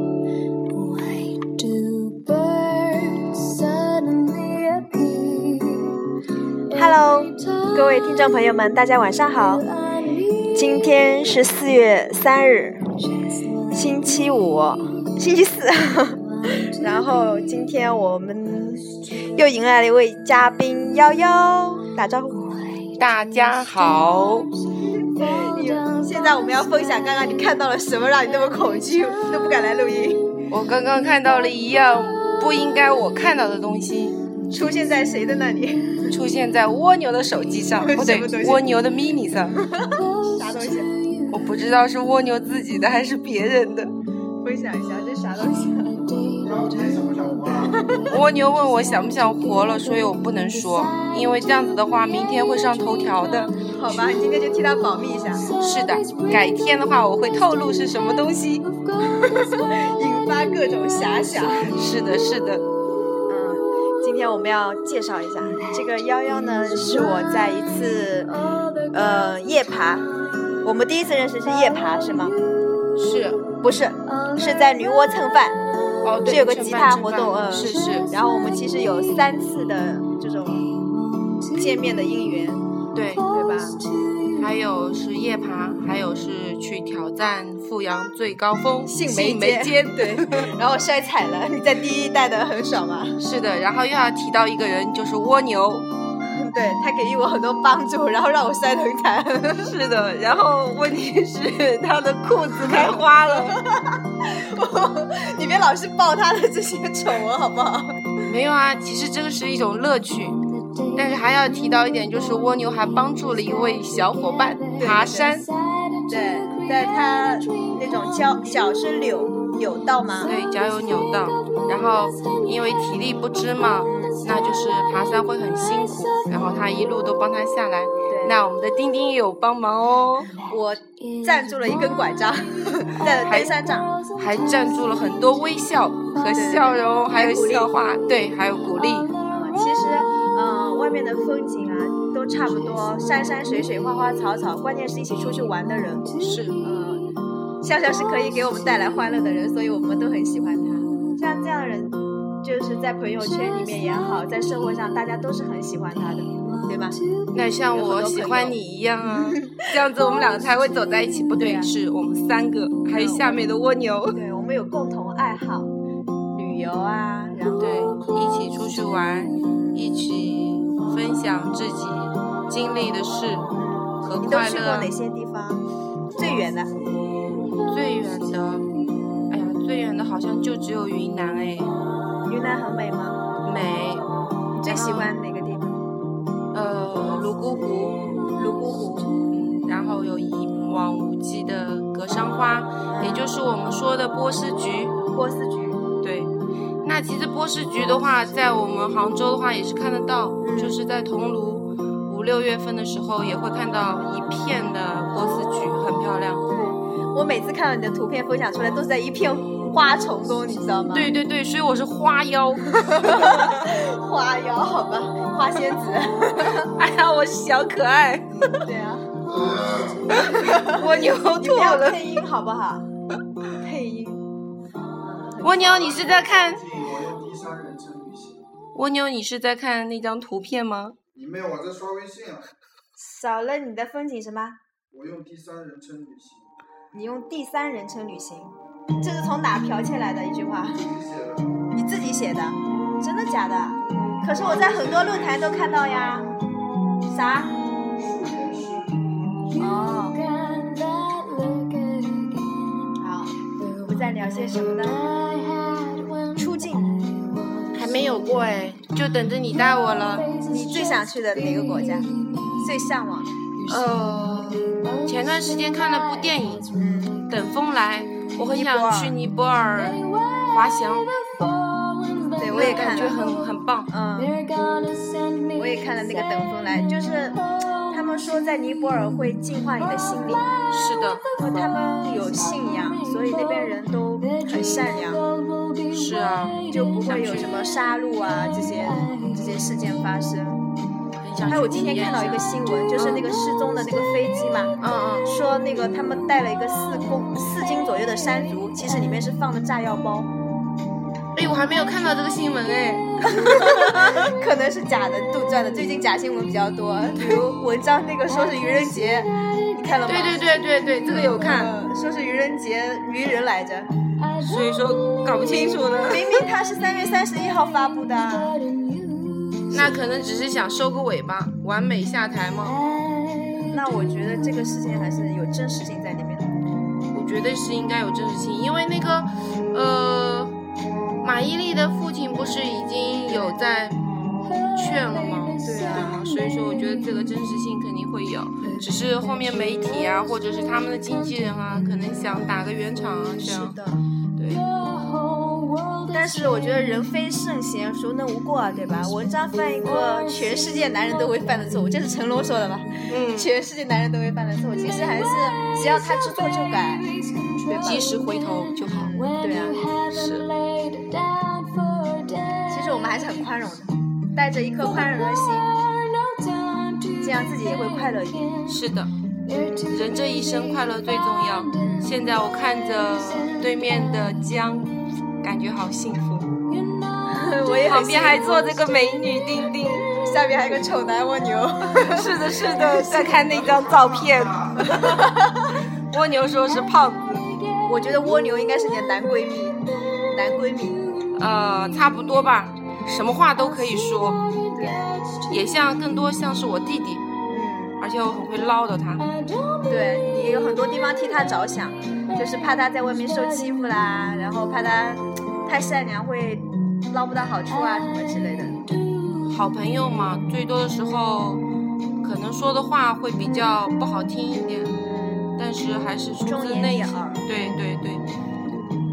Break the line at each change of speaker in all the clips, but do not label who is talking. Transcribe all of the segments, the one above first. Why do birds suddenly appear?
Hello，各
各
位
位
听
听
众
众
朋
朋
友
友
们，
们，
大家晚上
好
好！，今天是四月三日，
星
星期
期
五
五，，
星期四。 然
然后
后
今
今天我们又迎来了一位嘉宾幺幺，打招呼。
大家好，
现在我们要分享刚刚你看到了什么，让你那么恐惧，都不敢来录音？
我刚刚看到了一样不应该我看到的东西
出现在谁的那里？
出现在蜗牛的手机上，不
什
对
么东，西
蜗牛的 mini 上，
啥东西？
我不知道是蜗牛自己的还是别人的。
分享一下，这啥东西？
蜗牛问我想不想活了，所以我不能说，因为这样子的话，明天会上头条的。
好吧，今天就替他保密一下，
是的，改天的话我会透露是什么东西。
引发各种遐想。
是的，是的，
嗯，今天我们要介绍一下这个幺幺呢，是我在一次呃夜爬，我们第一次认识是夜爬是吗？
是
不是， 是在驴窝蹭饭，
哦，对，
是有个
吃
吉
饭
他
吃
活
饭
动，嗯，
是是，
然后我们其实有三次的这种见面的姻缘，
对。
对吧？
还有是夜爬，还有是去挑战阜阳最高峰
杏梅
梅街。
对，然后摔惨了，你在第一代的很爽吗？
是的，然后又要提到一个人，就是蜗牛。
对他给予我很多帮助，然后让我摔得很惨。
是的，然后问题是他的裤子开花了。
你别老是爆他的这些丑闻好不好？
没有啊，其实这个是一种乐趣。但是还要提到一点，就是蜗牛还帮助了一位小伙伴
对
爬山。
对，在他那种脚脚是扭扭到吗？
对，脚有扭到，然后因为体力不支嘛，那就是爬山会很辛苦。然后他一路都帮他下来，
对
那我们的丁丁也有帮忙哦，
我赞助了一根拐杖，在
哦
登山杖，
还赞助了很多微笑和笑容，还有笑话，对，还有鼓励。
嗯，其实，嗯，外面的风景啊都差不多，山山水水、花花草草，关键是一起出去玩的人。
是，
嗯，笑笑是可以给我们带来欢乐的人，所以我们都很喜欢他。像这样的人，就是在朋友圈里面也好，在生活上大家都是很喜欢他的，对吧？
那像我喜欢你一样 啊，这样子我们两个才会走在一起。不
对
哦对，嗯
啊
是我们三个，还有下面的蜗牛。
对，我们有共同爱好，旅游啊，然后
对，一起出去玩，一起分享自己经历的事和
你都
快
去过
乐
哪。些地方？最远的嗯
最远的，哎呀，最远的好像就只有云南哎，
云南很美吗？
美。
最喜欢哪个地方？
呃，泸沽湖，泸沽湖，嗯，然后有一望无际的格桑花，也就是我们说的波斯菊，
波斯菊。
对。那其实波斯菊的话，在我们杭州的话也是看得到，
嗯
就是在桐庐五六月份的时候也会看到一片的波斯菊，很漂亮。
我每次看到你的图片分享出来，都是在一片花丛中，你知道吗？
对，对对，所以我是花 妖，
花妖好吧，花仙 子。
哎呀，我是小可爱，
对啊，
蜗牛
你
吐
不要
了。
配音好不好？配音。
蜗牛，你是在看？蜗牛，你是在看那张图片吗？
你妹，我在刷微信啊！
少了你的风景什么？
我用第三人称语气，
你用第三人称旅行，这是从哪剽窃来的一句话？
你写的。
你自己写的？真的假的？可是我在很多论坛都看到呀。啥？
数学是
哦，好，我们在聊些什么呢？出境，
还没有过哎，就等着你带我了。
你最想去的哪个国家？最向往的？
呃，前段时间看了部电影
嗯，
《等风来》，我很
尼泊
想
尔
去尼泊尔滑翔，
对，我也看
感觉
了，
很很棒。
嗯，我也看了那个《等风来》，就是他们说在尼泊尔会净化你的心灵，
是的，
因为他们有信仰，所以那边人都很善良，
是啊，
就不会有什么杀戮啊这些这些事件发生。
很很想去
还有我今天
体验
看到一个
下
新闻，就是那个失踪的那个飞机嘛，
嗯嗯，
说那个他们带了一个四公四斤左右的山竹，其实里面是放的炸药包，
哎，我还没有看到这个新闻哎，
可能是假的杜撰的。最近假新闻比较多， 比如文章那个说是愚人节，你看了吗？
对对对对对，这个有看，
嗯，说是愚人节愚人来着，啊
所以说搞不清楚了，
明明它是三月三十一号发布的啊，
那可能只是想收个尾巴，完美下台吗？
那我觉得这个事情还是有真实性在里面的。
我觉得是应该有真实性，因为那个，呃，马伊琍的父亲不是已经有在劝了吗？
对啊
啊，所以说我觉得这个真实性肯定会有，只是后面媒体啊，或者是他们的经纪人啊，可能想打个圆场啊，这样。
的，
对，
但是我觉得人非圣贤，孰能无过啊，对吧？文章犯一个全世界男人都会犯的错误，这是成龙说的吧？
嗯，
全世界男人都会犯的错误，其实还是只要他知错就改，对吧？
及时回头就好。
对啊，
是。
其实我们还是很宽容的，带着一颗宽容的心，这样自己也会快乐一点。
是的，人这一生快乐最重要。现在我看着对面的江，感觉好幸福。
我也
旁
很
边还坐着个美女丁丁，
下面还有个丑男蜗牛，
是的，是的，在看那张照片。蜗牛说是胖子，
我觉得蜗牛应该是你的男闺蜜，男闺蜜。
呃，差不多吧，什么话都可以说，也像更多像是我弟弟，
嗯，
而且我很会唠叨他。
对你有很多地方替他着想，就是怕他在外面受欺负啦，然后怕他太善良会捞不到好处啊什么之类的。
好朋友嘛，最多的时候可能说的话会比较不好听一点，但是还是出
忠
自
言
内
逆
心
耳。
对对对，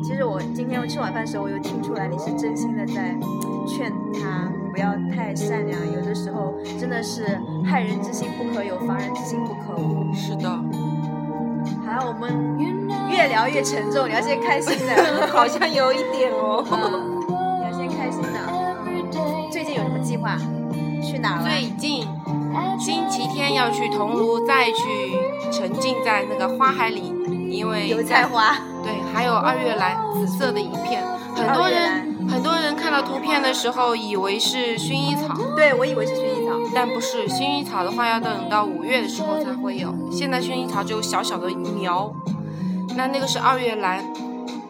其实我今天吃晚饭的时候，我有听出来你是真心的在劝他不要太善良，有的时候真的是害人之心不可有，防人之心不可无。
是的，
好了，我们越聊越沉重，聊些开心 的。
好像有一点哦。
嗯，聊些开心的。最近有什么计划？去哪儿玩？
最近星期天要去桐庐，再去沉浸在那个花海里，因为
油菜花。
对，还有二月兰紫色的一片，很多
二月
人很多人看到图片的时候以为是薰衣草，
对，我以为是薰衣草。
但不是，薰衣草的话要等到五月的时候才会有。现在薰衣草只有小小的苗，那那个是二月兰。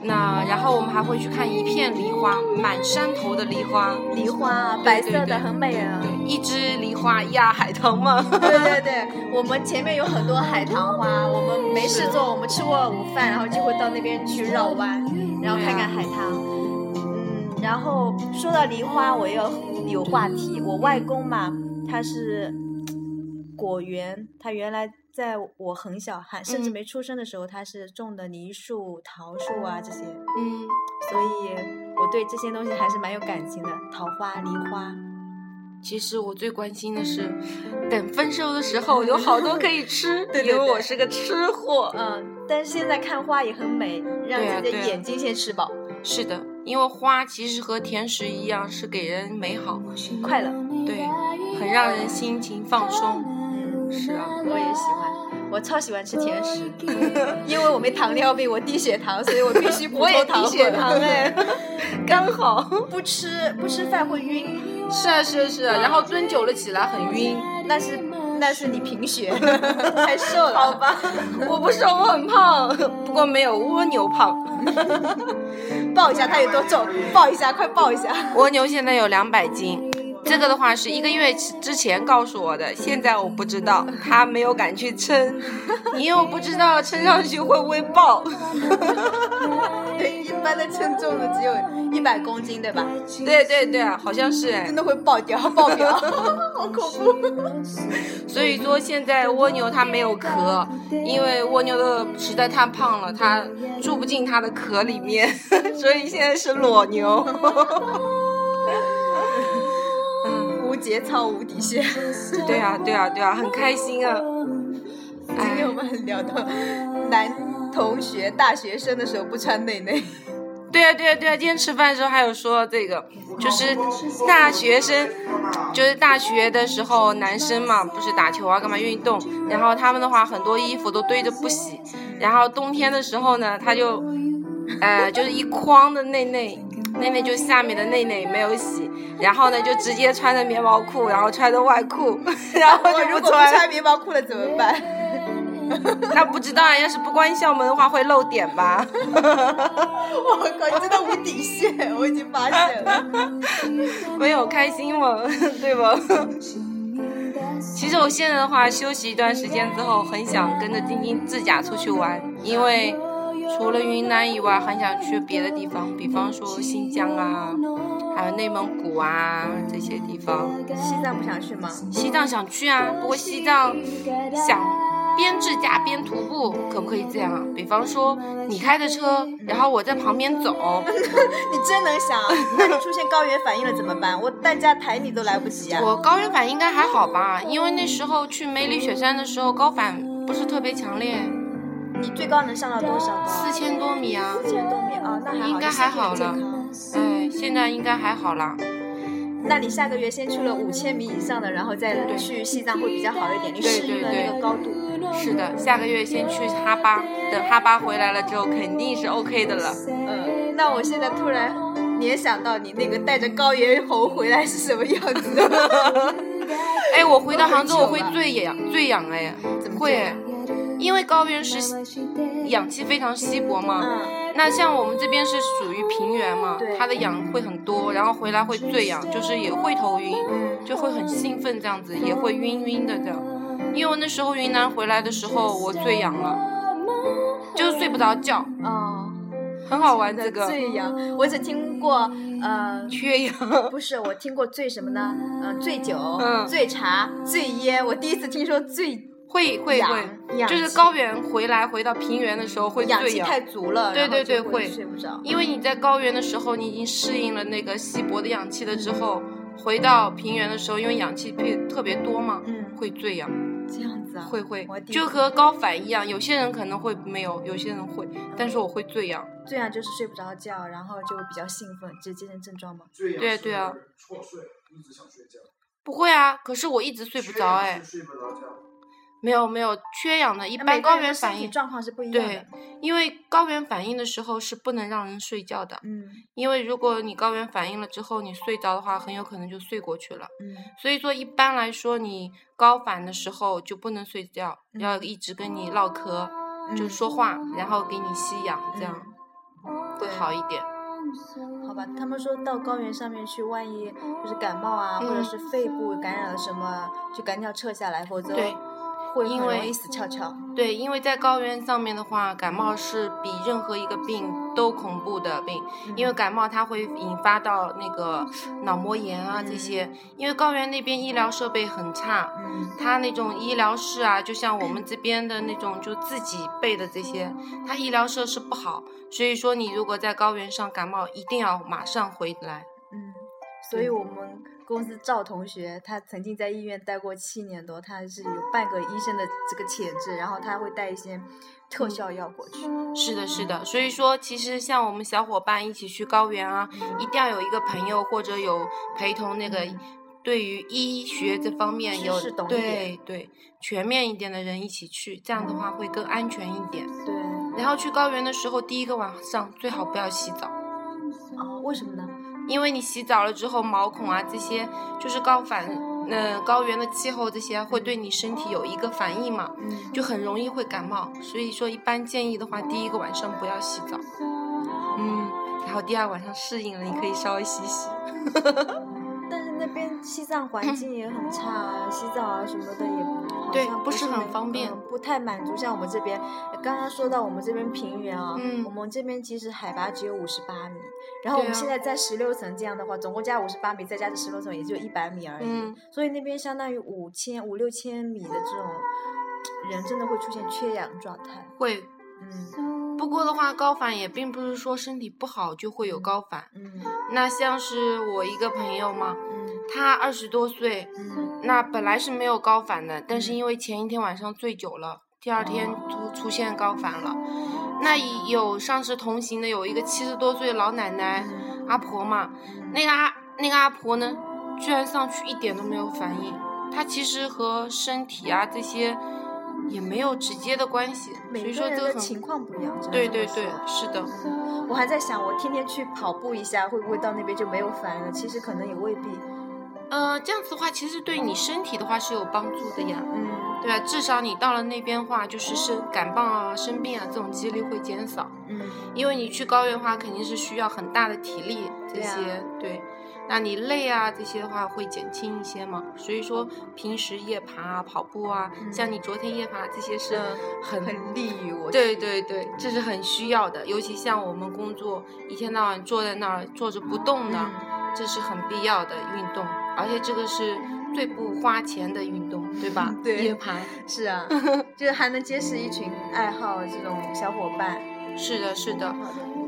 那然后我们还会去看一片梨花，满山头的梨花，
梨花啊，
对
白色
对对
的很美啊。
对，一枝梨花压海棠嘛。
对 对对，我们前面有很多海棠花，我们没事做，我们吃过午饭，然后就会到那边去绕弯，然后看看海棠。嗯，然后说到梨花，我又有话题。我外公嘛，他是果园，他原来在我很小，还甚至
嗯
没出生的时候，他是种的梨树、桃树啊这些，
嗯，
所以我对这些东西还是蛮有感情的。桃花、梨花，
其实我最关心的是，等分手的时候有好多可以吃，
对对
因为
对
我是个吃货。
嗯，但是现在看花也很美，让
对啊
自己
对
的
啊
眼睛先吃饱，
是的，因为花其实和甜食一样，是给人美好，
快乐。
对，很让人心情放松。
嗯，
是啊。
我也喜欢，我超喜欢吃甜食，因为我没糖尿病，我低血糖，所以我必须补
哦我也
充
低
糖
血
分
糖哎，
刚 好。不吃不吃饭会晕，
是啊是啊是啊，然后蹲久了起来很晕。
那是那是你贫 血，太瘦了。好 吧，
我不是我很胖，不过没有蜗牛胖。
报一下它有多重，报一下，快报一下。
蜗牛现在有两百斤，这个的话是一个月之前告诉我的，现在我不知道，他没有敢去称， 因为我不知道称上去会不会爆。
对，一般的称重的只有一百公斤，对吧？
对对对，好像是哎
真。的会爆掉，爆表， 好恐怖。
所以说现在蜗牛它没有壳，因为蜗牛的实在太胖了，它住不进它的壳里面， 所以现在是裸牛。
无节操，无底线。
对啊，对啊，对啊，很开心啊！哎
今哎天我们很聊到男同学、大学生的时候不穿内内，
对啊，对啊，对啊，今天吃饭的时候还有说这个，就是大学生，就是大学的时候男生嘛，不是打球啊，干嘛运动，然后他们的话很多衣服都堆着不洗，然后冬天的时候呢，他就，呃，就是一筐的内内。内内就下面的内内没有洗，然后呢就直接穿着棉毛裤，然后穿着外裤， 然后
我
就
哦如果
不
不
穿。
穿棉毛裤了怎么办？
那不知道啊，要是不关校门的话会漏点吧。
我靠，你真的无底线，我已经发现了。
没有开心吗？ 对吧？其实我现在的话，休息一段时间之后，很想跟着丁丁自驾出去玩，因为除了云南以外，很想去别的地方，比方说新疆啊，还有内蒙古啊这些地方。
西藏不想去吗？
西藏想去啊，不过西藏想边自驾边徒步，可不可以这样啊？比方说你开着车，然后我在旁边走，
你真能想，啊那你出现高原反应了怎么办？我担架抬你都来不及啊！
我高原反应该还好吧，因为那时候去梅里雪山的时候，高反不是特别强烈，
你最高能上到多少高？
四千多米啊。
四千多米啊，那还好，
应该还好了
你身体很健康
哎，现在应该还好啦。
那你下个月先去了五千米以上的，然后再去西藏会比较好一点，你适应了
对对
那个高度。
是的，下个月先去哈巴，等哈巴回来了之后，肯定是 OK 的了。
嗯，那我现在突然联想到你那个带着高原猴回来是什么样子，
哎，我回到杭州，
都
我
很
会
久了
最痒最痒哎，
怎么
会
这
哎
样？，
因为高原是氧气非常稀薄嘛。
嗯，
那像我们这边是属于平原嘛
对，
它的氧会很多，然后回来会醉氧，就是也会头晕，
嗯
就会很兴奋这样子，也会晕晕的这样。因为我那时候云南回来的时候，我醉氧了，就是睡不着觉，
哦，
很好玩这个
醉氧，我只听过呃。
缺氧。
不是，我听过醉什么呢？呃，醉酒、
嗯
醉茶、醉烟。我第一次听说醉
会会
氧
会，
氧
就是
气
高原回来回到平原的时候会
氧
醉
气
氧，
太足了，
对
然后
对对
就
会
睡不着。
因为你在高原的时候，你已经适应了那个稀薄的氧气了之后，回到平原的时候，因为氧气特别特别多嘛，
嗯，
会醉氧。
这样子啊，
会会
我，第一
就
次
和高反一样，有些人可能会没有，有些人会，但是我会醉氧。
醉氧就是睡不着觉，然后就比较兴奋，这精神症状吗？
最
对对啊，
错睡，一直想睡觉，
不会啊，可是我一直睡不着
啊
哎
确，实睡不着觉，
没有没有缺氧的，一
一
般高原反应，
状况是不一样的
对。，因为高原反应的时候是不能让人睡觉的，
嗯
因为如果你高原反应了之后你睡着的话，很有可能就睡过去了。
嗯
所以说一般来说，你高反的时候就不能睡觉，
嗯
要一直跟你唠嗑，
嗯
就是说话，然后给你吸氧，这样
嗯
会
对
好一点。
好吧，他们说到高原上面去，万一就是感冒啊，或者
嗯
是肺部感染了什么，就赶紧要撤下来，否则
对。
会很
因
容
为
易死翘翘。
对，因为在高原上面的话，感冒是比任何一个病都恐怖的病，因为感冒它会引发到那个脑膜炎啊这些。因为高原那边医疗设备很差，
嗯
它那种医疗室啊，就像我们这边的那种就自己备的这些，它医疗设施不好，所以说你如果在高原上感冒，一定要马上回来。
嗯，所以我们公司赵同学，他曾经在医院待过七年多，他是有半个医生的这个潜质，然后他会带一些
嗯
特效药过去。
是的，是的，所以说其实像我们小伙伴一起去高原啊，一定要有一个朋友或者有陪同那个对于医学这方面
知
有
识懂一
对对全面一点的人一起去，这样的话会更安全一点。
对，
然后去高原的时候，第一个晚上最好不要洗澡，
哦，为什么呢？
因为你洗澡了之后毛孔啊这些就是高反，呃高原的气候这些啊会对你身体有一个反应嘛，
嗯，
就很容易会感冒，所以说一般建议的话，第一个晚上不要洗澡，嗯，然后第二晚上适应了，你可以稍微洗洗。
但是那
啊
边西藏环境也很差啊，洗澡啊什么的也好
对
像
不是很
能
方便
嗯不太满足像我们这边。刚刚说到我们这边平原啊，
嗯
我们这边其实海拔只有五十八米，然后我
对
们
啊
现在在十六层，这样的话总共加五十八米，再加这十六层也就一百米而已，
嗯
所以那边相当于五千五六千米的这种人真的会出现缺氧状态，
会，
嗯
不过的话，高反也并不是说身体不好就会有高反。
嗯
那像是我一个朋友嘛，
嗯
他二十多岁，
嗯，
那本来是没有高反的，但是
嗯哦
因为前一天晚上醉酒了，第二天出出现高反了。那有上次同行的有一个七十多岁的老奶奶
嗯
阿婆嘛，那个阿那个阿婆呢，居然上去一点都没有反应，她其实和身体啊这些也没有直接的关系，所以
每
说
个
这
人
个
的
很
情况不一样。真的
对
这
对
么
对
说，
是的，
我还在想，我天天去跑步一下，会不会到那边就没有烦了？其实可能也未必。
呃，这样子的话，其实对你身体的话是有帮助的呀，
嗯
对吧？啊至少你到了那边的话，就是生感冒啊、生病啊这种几率会减少。
嗯，
因为你去高原的话，肯定是需要很大的体力这
对啊
些，对。那你累啊这些的话会减轻一些嘛，所以说平时夜爬啊、跑步啊，
嗯
像你昨天夜爬这些是
嗯
很、
很利于我。
对对对，这是很需要的。尤其像我们工作一天到晚坐在那儿坐着不动的，
嗯，？
这是很必要的运动，而且这个是最不花钱的运动，对吧
对
夜爬。
是啊，就是还能结识一群爱好这种小伙伴。
是的，是的，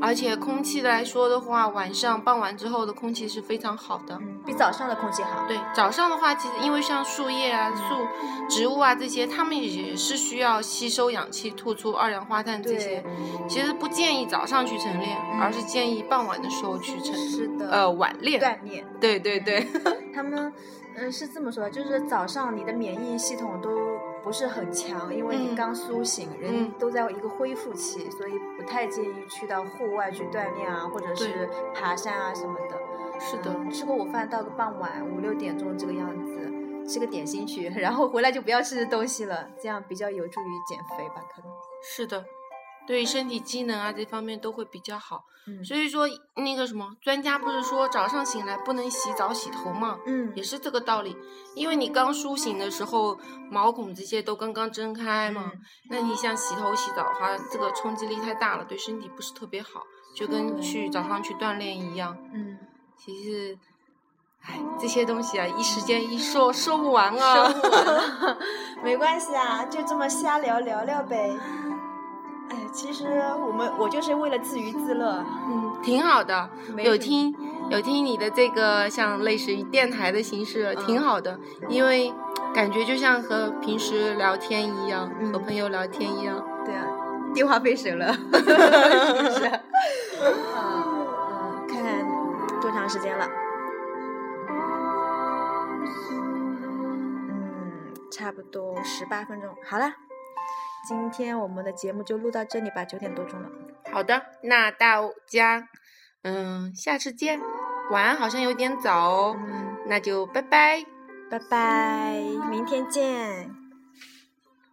而且空气来说的话，晚上傍晚之后的空气是非常好的。
嗯，比早上的空气好。
对，早上的话，其实因为像树叶啊、树、
嗯
植物啊这些，它们也是需要吸收氧气、吐出二氧化碳这些。其实不建议早上去晨练，
嗯
而是建议傍晚的时候去晨，
是的。
呃，晚练。
锻炼，
对 对对，
他们嗯是这么说，就是早上你的免疫系统都不是很强，因为你
嗯
刚苏醒，人
嗯
都在一个恢复期，所以不太建议去到户外去锻炼啊，或者是爬山啊什么的。
是的。
嗯吃过午饭到个傍晚五六点钟这个样子，吃个点心去， 然后回来就不要吃东西了，这样比较有助于减肥吧，可能。
是的，对于身体机能啊这方面都会比较好。
嗯
所以说那个什么，专家不是说早上醒来不能洗澡洗头吗？
嗯
也是这个道理，因为你刚苏醒的时候，毛孔这些都刚刚睁开嘛，
嗯
那你像洗头洗澡的话，这个冲击力太大了，对身体不是特别好，就跟去早上去锻炼一样。
嗯，
其实，哎，这些东西啊，一时间一说说不完啊。
生活了没关系啊，就这么瞎聊聊聊 呗。哎，其实我们我就是为了自娱自乐，
嗯，挺好的，
没
有
什么
听有听你的这个像类似于电台的形式，
嗯
挺好的，因为感觉就像和平时聊天一样，
嗯
和朋友聊天一样。
对啊，电话费省了，是不是？嗯嗯，看看多长时间了。嗯，差不多十八分钟。好啦，今天我们的节目就录到这里吧，九点多钟了。
好的，那大家，嗯，下次见。晚安好像有点早哦，
嗯，
那就拜拜。
拜拜，明天见。